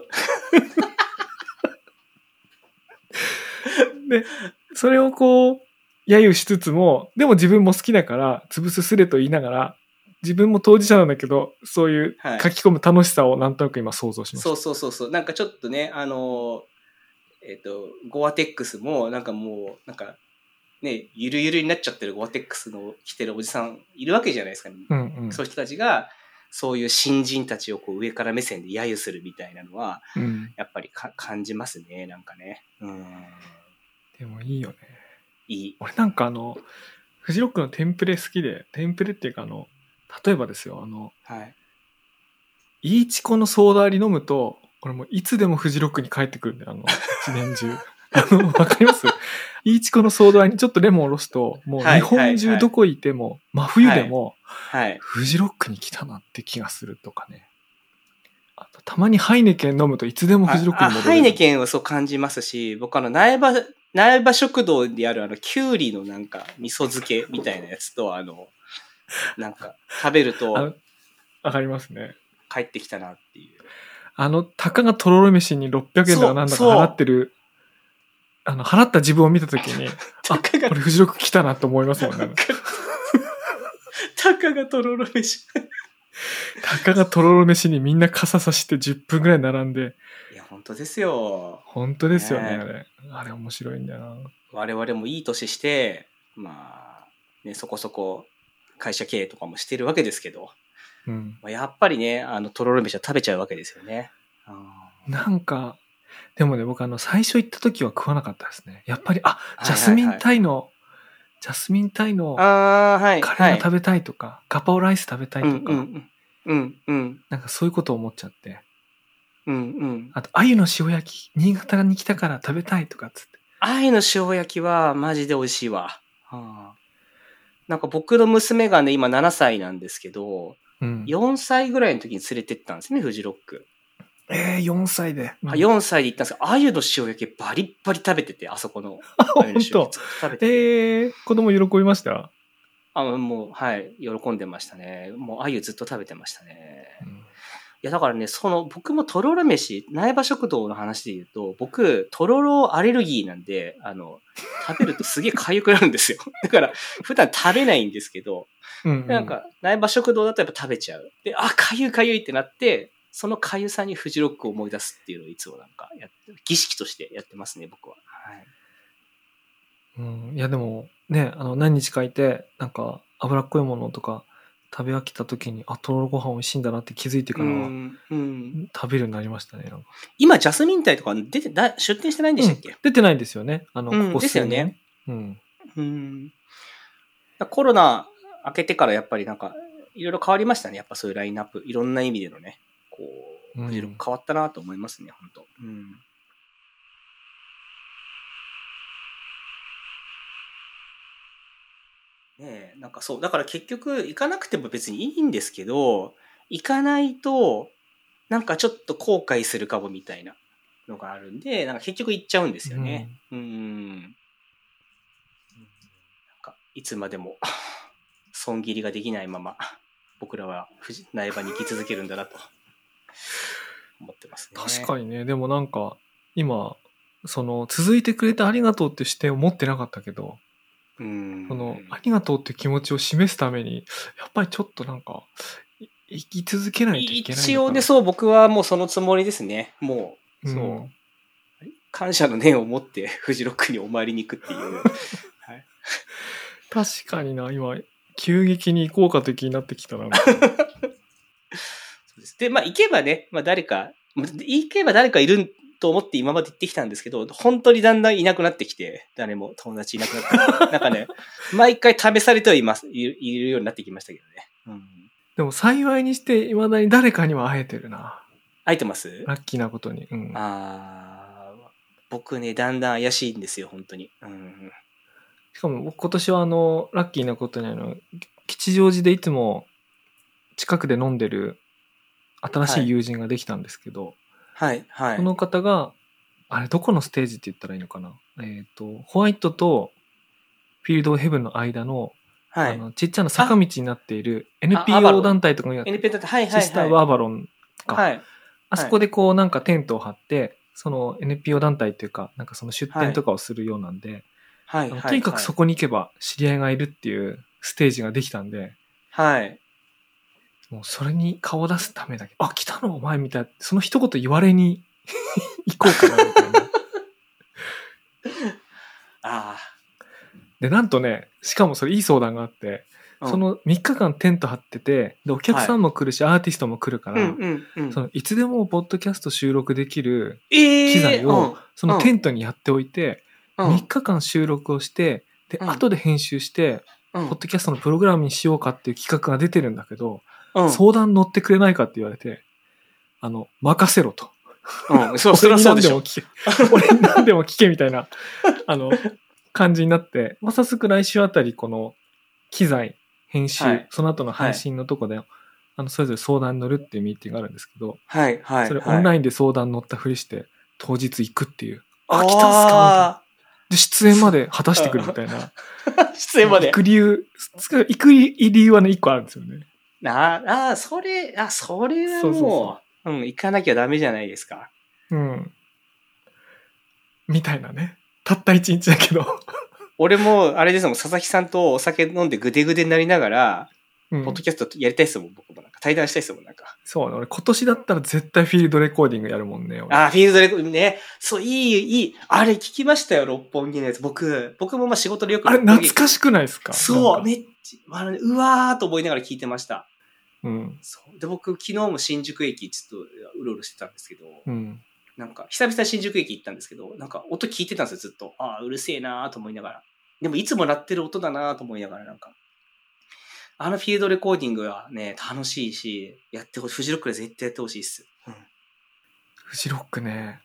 S1: それをこう、揶揄しつつも、でも自分も好きだから、潰すすれと言いながら、自分も当事者なんだけど、そういう
S2: はい
S1: 書き込む楽しさをなんとなく今想像しました。
S2: そうそうそうそう。なんかちょっとね、あのー、えっ、と、ゴアテックスも、なんかもう、なんか、ね、ゆるゆるになっちゃってるゴアテックスの着てるおじさんいるわけじゃないですか、
S1: うんうん。
S2: そういう人たちが、そういう新人たちをこう上から目線で揶揄するみたいなのは、
S1: うん。
S2: やっぱりか感じますね、なんかね。うん。
S1: でもいいよね。
S2: いい。
S1: 俺なんかあの、フジロックのテンプレ好きで、テンプレっていうかあの、例えばですよ、あの、
S2: はい。
S1: いいちこのソーダ割り飲むと、俺もういつでもフジロックに帰ってくるんだよ、あの、一年 中。あの、わかりますいいちこのソーダ割りにちょっとレモンおろすと、もう
S2: は
S1: 日
S2: い
S1: 本
S2: はいは
S1: 中
S2: い
S1: どこいても、真冬でも、
S2: はい。
S1: フジロックに来たなって気がするとかね。あと、たまにハイネケン飲むといつでもフジロック
S2: ああ
S1: に戻れる。
S2: ハイネケンはそう感じますし、僕あの、苗場、苗場食堂であるあの、キュウリのなんか、味噌漬けみたいなやつと、あの、なんか、食べる
S1: あ
S2: と
S1: わかりますね。
S2: 帰ってきたなっていう。
S1: あの、たかがとろろ飯に600円だかなんだか
S2: そう
S1: 払ってるあの、払った自分を見たとき に、
S2: たかが
S1: これ、フジロック来たなと思いますもんね。
S2: たかがとろろ飯。
S1: たかがとろろ飯にみんな傘さして10分ぐらい並んで、
S2: いや、本当ですよ。
S1: 本当ですよね、
S2: ねえ
S1: あれ。あれ面白いんだよな。
S2: 我々もいい年して、まあ、ね、そこそこ会社経営とかもしてるわけですけど、
S1: うん。
S2: まあやっぱりね、あの、とろろ飯は食べちゃうわけですよね。うん
S1: なんか、でもね、僕あの、最初行った時は食わなかったですね。やっぱり、あ、
S2: はいはいはい
S1: ジャスミンタイの、ジャスミンタイの
S2: あー、はい。
S1: カレーが
S2: は
S1: 食べたいとか、ガパオライス食べたい
S2: い
S1: と
S2: う
S1: か、
S2: んうんうん。うんうん。
S1: なんかそういうことを思っちゃって。
S2: うんうん。
S1: あと、鮎の塩焼き、新潟に来たから食べたいとかっつって。
S2: 愛の塩焼きはマジで美味しいわ。うんなんか僕の娘がね、今7歳なんですけど、
S1: うん。
S2: 4歳ぐらいの時に連れてったんですね、フジロック。
S1: えー、4歳で。
S2: あ
S1: うん
S2: 4歳で行ったんですけど、鮎の塩焼きバリッバリ食べてて、あそこの。
S1: 本当
S2: 鮎の塩焼きずっと食べてて。
S1: えー、子供喜びました、
S2: あもう、はい、喜んでましたね。もう鮎ずっと食べてましたね。いや、だからね、その、僕もとろろ飯、苗場食堂の話で言うと、僕、とろろアレルギーなんで、あの、食べるとすげえ痒くなるんですよ。 だから、普段食べないんですけど、
S1: うんう
S2: なん、か、苗場食堂だとやっぱ食べちゃう。で、あ、痒い痒いってなって、その痒さにフジロックを思い出すっていうのをいつもなんかやって、儀式としてやってますね、僕は。はい。
S1: うん、いやでもねあの何日かいてなんか脂っこいものとか食べ飽きた時にあとろろご飯美味しいんだなって気づいてか
S2: う
S1: らは、
S2: ん、うん。
S1: 食べるようになりましたねなんか
S2: 今、ジャスミン隊とか出て、だ出店してないんでしたっけ、
S1: うん出てないんですよねあの、
S2: うん
S1: ここ数年
S2: ですよね
S1: うん
S2: うん。コロナ明けてからやっぱりなんか、いろいろ変わりましたね。やっぱそういうラインナップ、いろんな意味でのね、こ
S1: うん
S2: う、いろいろ変わったなと思いますね、本当うん。ねえ、なんかそう、だから結局行かなくても別にいいんですけど、行かないと、なんかちょっと後悔するかもみたいなのがあるんで、なんか結局行っちゃうんですよね。うんなんかいつまでも 損切りができないまま僕らは藤苗場に行き続けるんだなと思ってますね。
S1: 確かにねでもなんか今その続いてくれてありがとうって視点を持ってなかったけど、
S2: に。うん。
S1: そのありがとうって気持ちを示すためにやっぱりちょっとなんかい生き続けないといけないのかな
S2: 一応ね、そう僕はもうそのつもりですね。もう、
S1: うん
S2: そう。感謝の念を持ってフジロックにお参りに行くっていう。
S1: 確かにな今急激に行こうかという気になってきたな
S2: そうですで、まあ行けばね、まあ誰か、行けば誰かいると思って今まで行ってきたんですけど、本当にだんだんいなくなってきて、誰も友達いなくなって きて、なんかね、毎回試されてはいます、いるいるようになってきましたけどね。うん。
S1: でも幸いにして、いまだに誰かには会えてるな。
S2: 空いてます
S1: ラッキーなことに。うん。
S2: あー僕ね、だんだん怪しいんですよ、本当に。うん。
S1: しかも僕今年はあの、ラッキーなことにあの、吉祥寺でいつも近くで飲んでる新しい友人ができたんですけど、
S2: はい、はい。
S1: この方が、あれどこのステージって言ったらいいのかなえっ、と、ホワイトとフィールドオブヘブンの間の、
S2: は
S1: あ
S2: い。
S1: の、ちっちゃな坂道になっている
S2: あアバロ
S1: NPO
S2: ン
S1: 団体とかがやって
S2: エ
S1: る
S2: ンペタって、はい、はい、は
S1: シ
S2: い。
S1: スターワーバロンか、
S2: はい。
S1: あそこでこうなんかテントを張って、その NPO 団体というか、なんかその出
S2: は
S1: 展
S2: い
S1: とかをするようなんで、
S2: は
S1: あ
S2: い、
S1: の
S2: はい。
S1: とにかくそこに行けば知り合いがいるっていうステージができたんで、
S2: はい。
S1: もうそれに顔を出すためだけ、あ、来たのお前みたいな、その一言言われに 行こうかなみたいな。
S2: あ
S1: で、なんとね、しかもそれいい相談があって、
S2: あ。うん
S1: そ、の3日間テント張ってて、で、お客さんも来るし、アーティストも来るか
S2: う
S1: ら、
S2: ん、うん、うん。
S1: そのいつでもポッドキャスト収録できる、
S2: ええ
S1: 機材を、そのテントにやっておいて、
S2: うんうん
S1: 3日間収録をして、で、
S2: うん
S1: 後で編集して、
S2: うん
S1: ポッドキャストのプログラムにしようかっていう企画が出てるんだけど、
S2: うん
S1: 相談乗ってくれないかって言われて、あの、任せろと。
S2: うん、そう、それはそうでしょ。
S1: 俺に何でも聞け。俺に何でも聞けみたいな、あの、感じになって、まさすぐ来週あたり、この、機材、編集、
S2: はい
S1: その後の配信のとこで、あの、それぞれ相談に乗るっていうミーティングがあるんですけど、
S2: はい、はい。
S1: それオンラ
S2: イン、
S1: インで相談乗ったふりして、当日行くっていう。
S2: あ
S1: あ、来たんすかみたいな
S2: か
S1: で、出演まで果たしてくるみたいな。
S2: 出演まで
S1: 行。く理由、つか行く理由はね、一個あるんですよね。
S2: ああ、それ、あ、それはもう、
S1: そう
S2: う
S1: そうそ
S2: ん、行かなきゃダメじゃないですか。
S1: うん。みたいなね。たった一日だけど、
S2: 俺も、あれですもん、佐々木さんとお酒飲んでぐでぐでになりながら、
S1: うん
S2: ポッドキャストやりたいですもん、僕もなんか。対談したいですもん、なんか。
S1: そうね俺今年だったら絶対フィールドレコーディングやるもんね俺
S2: あー、フィールドレコーディングね。そう、いい、いい。あれ聞きましたよ、六本木のやつ。僕、僕もまあ仕事でよく
S1: あれ
S2: 六本木
S1: 懐かしくないですか
S2: そ
S1: な
S2: う、
S1: んか
S2: めっちゃ、あのねうわーと思いながら聞いてました。
S1: うん
S2: そう。で、僕、昨日も新宿駅、ちょっと、うろうろしてたんですけど、
S1: うん
S2: なんか、久々に新宿駅行ったんですけど、なんか、音聞いてたんですよ、ずっと。ああ、うるせえなーと思いながら。でも、いつも鳴ってる音だなーと思いながら、なんか。あのフィールドレコーディングはね、楽しいし、やってほしい。フジロックで絶対やってほしいっす。うん。
S1: フジロックね。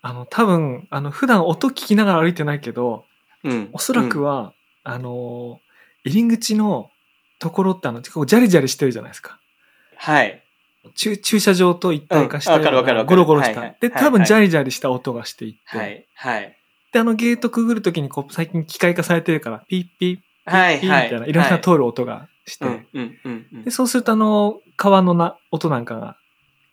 S1: あの、多分、あの、普段音聞きながら歩いてないけど、
S2: うん
S1: おそらくは、あのー、入り口のところってあの、結構ジャリジャリしてるじゃないですか。
S2: はい。
S1: 駐駐車場と一体化した
S2: うんわかるわかるわか
S1: ゴ
S2: る
S1: ロゴロした。
S2: はいはい
S1: で、
S2: はい
S1: 多分ジャリジャリした音がしていって、
S2: はい。はい。
S1: で、あのゲートくぐるときにこう、最近機械化されてるから、ピッピ
S2: は
S1: ッ
S2: い。
S1: ピッ
S2: は
S1: み
S2: い。
S1: たいな、いろんな
S2: は
S1: 通る音がして、
S2: いうん。うん。うん。うん
S1: で、そうするとあの、川のな音なんかが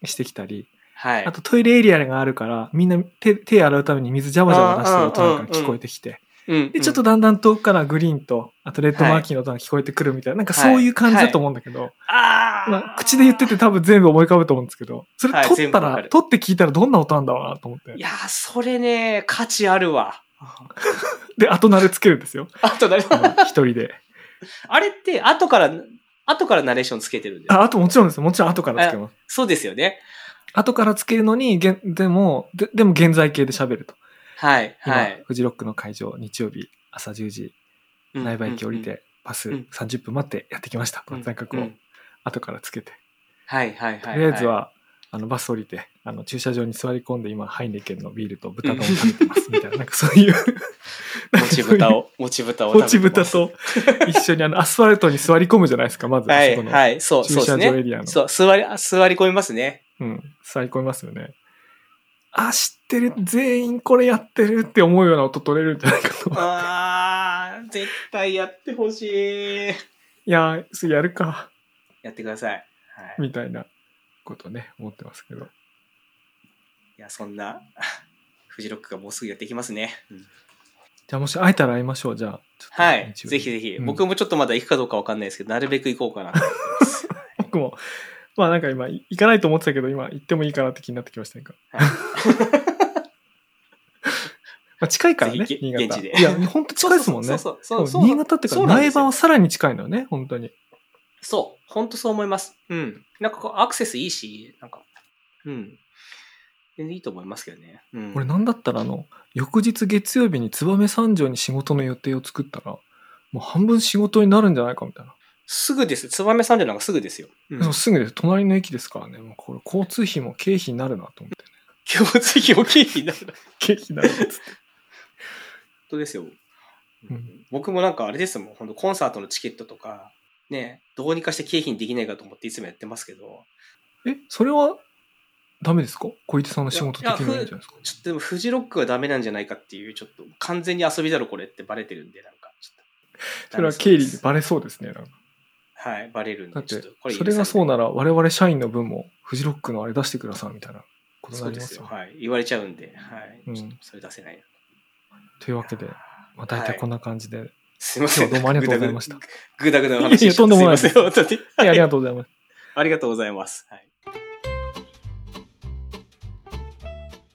S1: してきたり、
S2: はい
S1: あ。とトイレエリアがあるから、みんな手手洗うために水ジャバジャバ出してる音なんか聞こえてきて。
S2: うん
S1: で、ちょっと、だんだん遠くからグリーンと、あとレッドマーキーの音が聞こえてくるみたいな、なんかそういう感じだと思うんだけど、
S2: ああ、
S1: まあ、口で言ってて多分全部思い浮かぶと思うんですけど、それ
S2: はい
S1: 撮ったら、
S2: 全部わかる
S1: 撮って聞いたらどんな音なんだろうなと思って
S2: い。やー、それね、価値あるわ。
S1: で、後慣れつけるん ですよ。
S2: あと誰
S1: あの一人で。
S2: あれって、後から、後からナレーションつけてるんです
S1: あ、あともちろんですよ。もちろん後からつけます。
S2: そうですよね。
S1: 後からつけるのに、げんでも、ででも現在形で喋ると。
S2: はい、
S1: 今、
S2: はい。
S1: フジロックの会場、日曜日朝10時、内場駅降りて、パス
S2: うん
S1: 30分待ってやってきました。
S2: うん、
S1: この感覚
S2: う
S1: を
S2: ん
S1: 後からつけて。
S2: はい、はい、はい。
S1: とりあえずは、あの、バス降りて、あの、駐車場に座り込んで、今、ハイネケンのビールと豚丼を食べてます、みたい な。なんかそういう、
S2: い、もち豚を、もち豚を。
S1: 落ち豚。と一緒に、あの、アスファルトに座り込むじゃないですか、まず。
S2: はい、
S1: そこの
S2: はい、そう、
S1: 駐
S2: そう
S1: 車
S2: です
S1: 場エ
S2: ね。
S1: リアの。
S2: そう、座り、あ座り込みますね。
S1: うん。座り込みますよね。あ、知ってる、全員これやってるって思うような音取れるんじゃないかと。
S2: あー、絶対やってほしい。
S1: いやー、そうやるか、
S2: やってください。はい。
S1: みたいなことね、思ってますけど。
S2: いや、そんな、 フジロックがもうすぐやってきますね。うん
S1: じゃあ、もし会えたら会いましょう、じゃあ。ちょっと
S2: はい。
S1: 日曜日
S2: ぜひぜひ。
S1: うん
S2: 僕もちょっとまだ行くかどうかわかんないですけど、なるべく行こうかな。
S1: 僕も、まあなんか今、い行かないと思ってたけど、今、行ってもいいかなって気になってきましたね。
S2: はい
S1: まあ近いからね、
S2: ぜひ
S1: 新潟。
S2: 現地で
S1: いや、ほんと近いですもんね。
S2: そうそうそうそう。
S1: 新潟ってか、苗場はさらに近いのよね、本当に。
S2: そう、本当そう思います。うん。なんかこう、アクセスいいし、なんか、うん。全然いいと思いますけどね。うん。
S1: 俺なんだったらあの、翌日月曜日に燕三条に仕事の予定を作ったら、もう半分仕事になるんじゃないかみたいな。
S2: すぐです。つばめ三条なんかすぐですよ。うん。
S1: でもすぐです。隣の駅ですからね。もうこれ交通費も経費になるなと思ってね。
S2: 共通費大きい日だから。本
S1: 経費になるなっつって。
S2: 当ですよ。う
S1: うん
S2: ん、僕もなんかあれですもん。本当コンサートのチケットとか、ね、どうにかして経費にできないかと思っていつもやってますけど、
S1: え、それはダメですか小池さんの仕事的にはいいんじゃないですか
S2: ちょっとでもフジロックはダメなんじゃないかっていう、ちょっと完全に遊びだろこれってバレてるんで、なんか、ちょっと。
S1: それは経理
S2: ダ
S1: で
S2: メそう
S1: バレそうですね。なんか
S2: ですはい、バレるん
S1: だ
S2: で、
S1: っ
S2: ちょ
S1: て
S2: っとこ、れ
S1: そ
S2: 許
S1: れ
S2: さ
S1: が
S2: い
S1: そうなら我々社員の分もフジロックのあれ出してくださいみたいなことに
S2: そ
S1: な
S2: う
S1: り
S2: で
S1: ます
S2: すよ。
S1: よ。
S2: はい。言われちゃうんで、はい。
S1: うん
S2: ちょっとそれ出せない。
S1: というわけで、まあ、大体こんな感じで、い
S2: すいま
S1: 今日は
S2: せん。
S1: どうもありがとうございました。
S2: ぐだぐだの
S1: いやい
S2: 話
S1: やとんでもないです
S2: すいません、本
S1: や
S2: 当に。
S1: あり
S2: はい
S1: がとうございます。
S2: ありがとうございます。はい。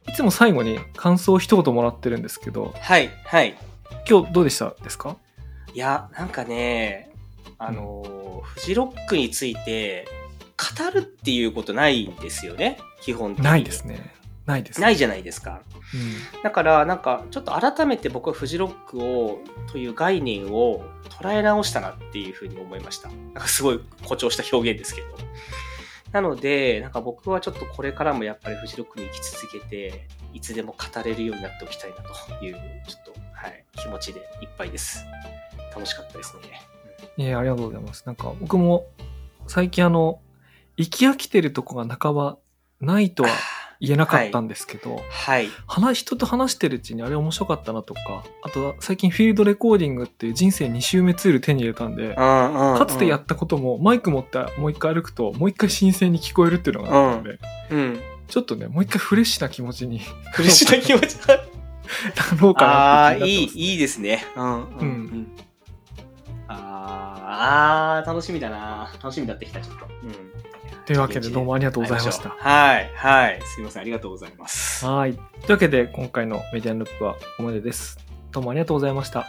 S1: いつも最後に感想を一言もらってるんですけど、
S2: はい。はい。
S1: 今日どうでしたですか
S2: いや、なんかね、あのー、フジロックについて、語るっていうことないんですよね。基本的に。
S1: ないです。ね。ないです。。
S2: ないいじゃないですか。だから、なんか、ちょっと改めて僕はフジロックを、という概念を捉え直したなっていうふうに思いました。なんかすごい誇張した表現ですけど。なので、なんか僕はちょっとこれからもやっぱりフジロックに行き続けて、いつでも語れるようになっておきたいなという、ちょっと、はい、気持ちでいっぱいです。楽しかったですね。
S1: いや、ありがとうございます。なんか僕も最近あの、行き飽きてるとこが半ばないとは言えなかったんですけど、
S2: はい。
S1: 話人と話してるうちにあれ面白かったなとかあとは最近フィールドレコーディングっていう人生2周目ツール手に入れたんでか
S2: か
S1: つてやったこともマイク持ってもう一回歩くともう一回新鮮に聞こえるっていうのがあったので
S2: うん。
S1: ちょっとねもう一回フレッシュな気持ちに
S2: 苦しな気持ち。
S1: なろうか
S2: あ
S1: な
S2: あ
S1: って
S2: ー、いい、
S1: い。
S2: いいですね。うん。
S1: う
S2: うん。
S1: ん
S2: うん、あーあー、楽しみだな。楽しみだってきた、ちょっと。うん。
S1: というわけでどうもありがとうございました。
S2: はい、はい。すいません、ありがとうございます。
S1: はい。というわけで今回のメディアンループはここまでです。どうもありがとうございました。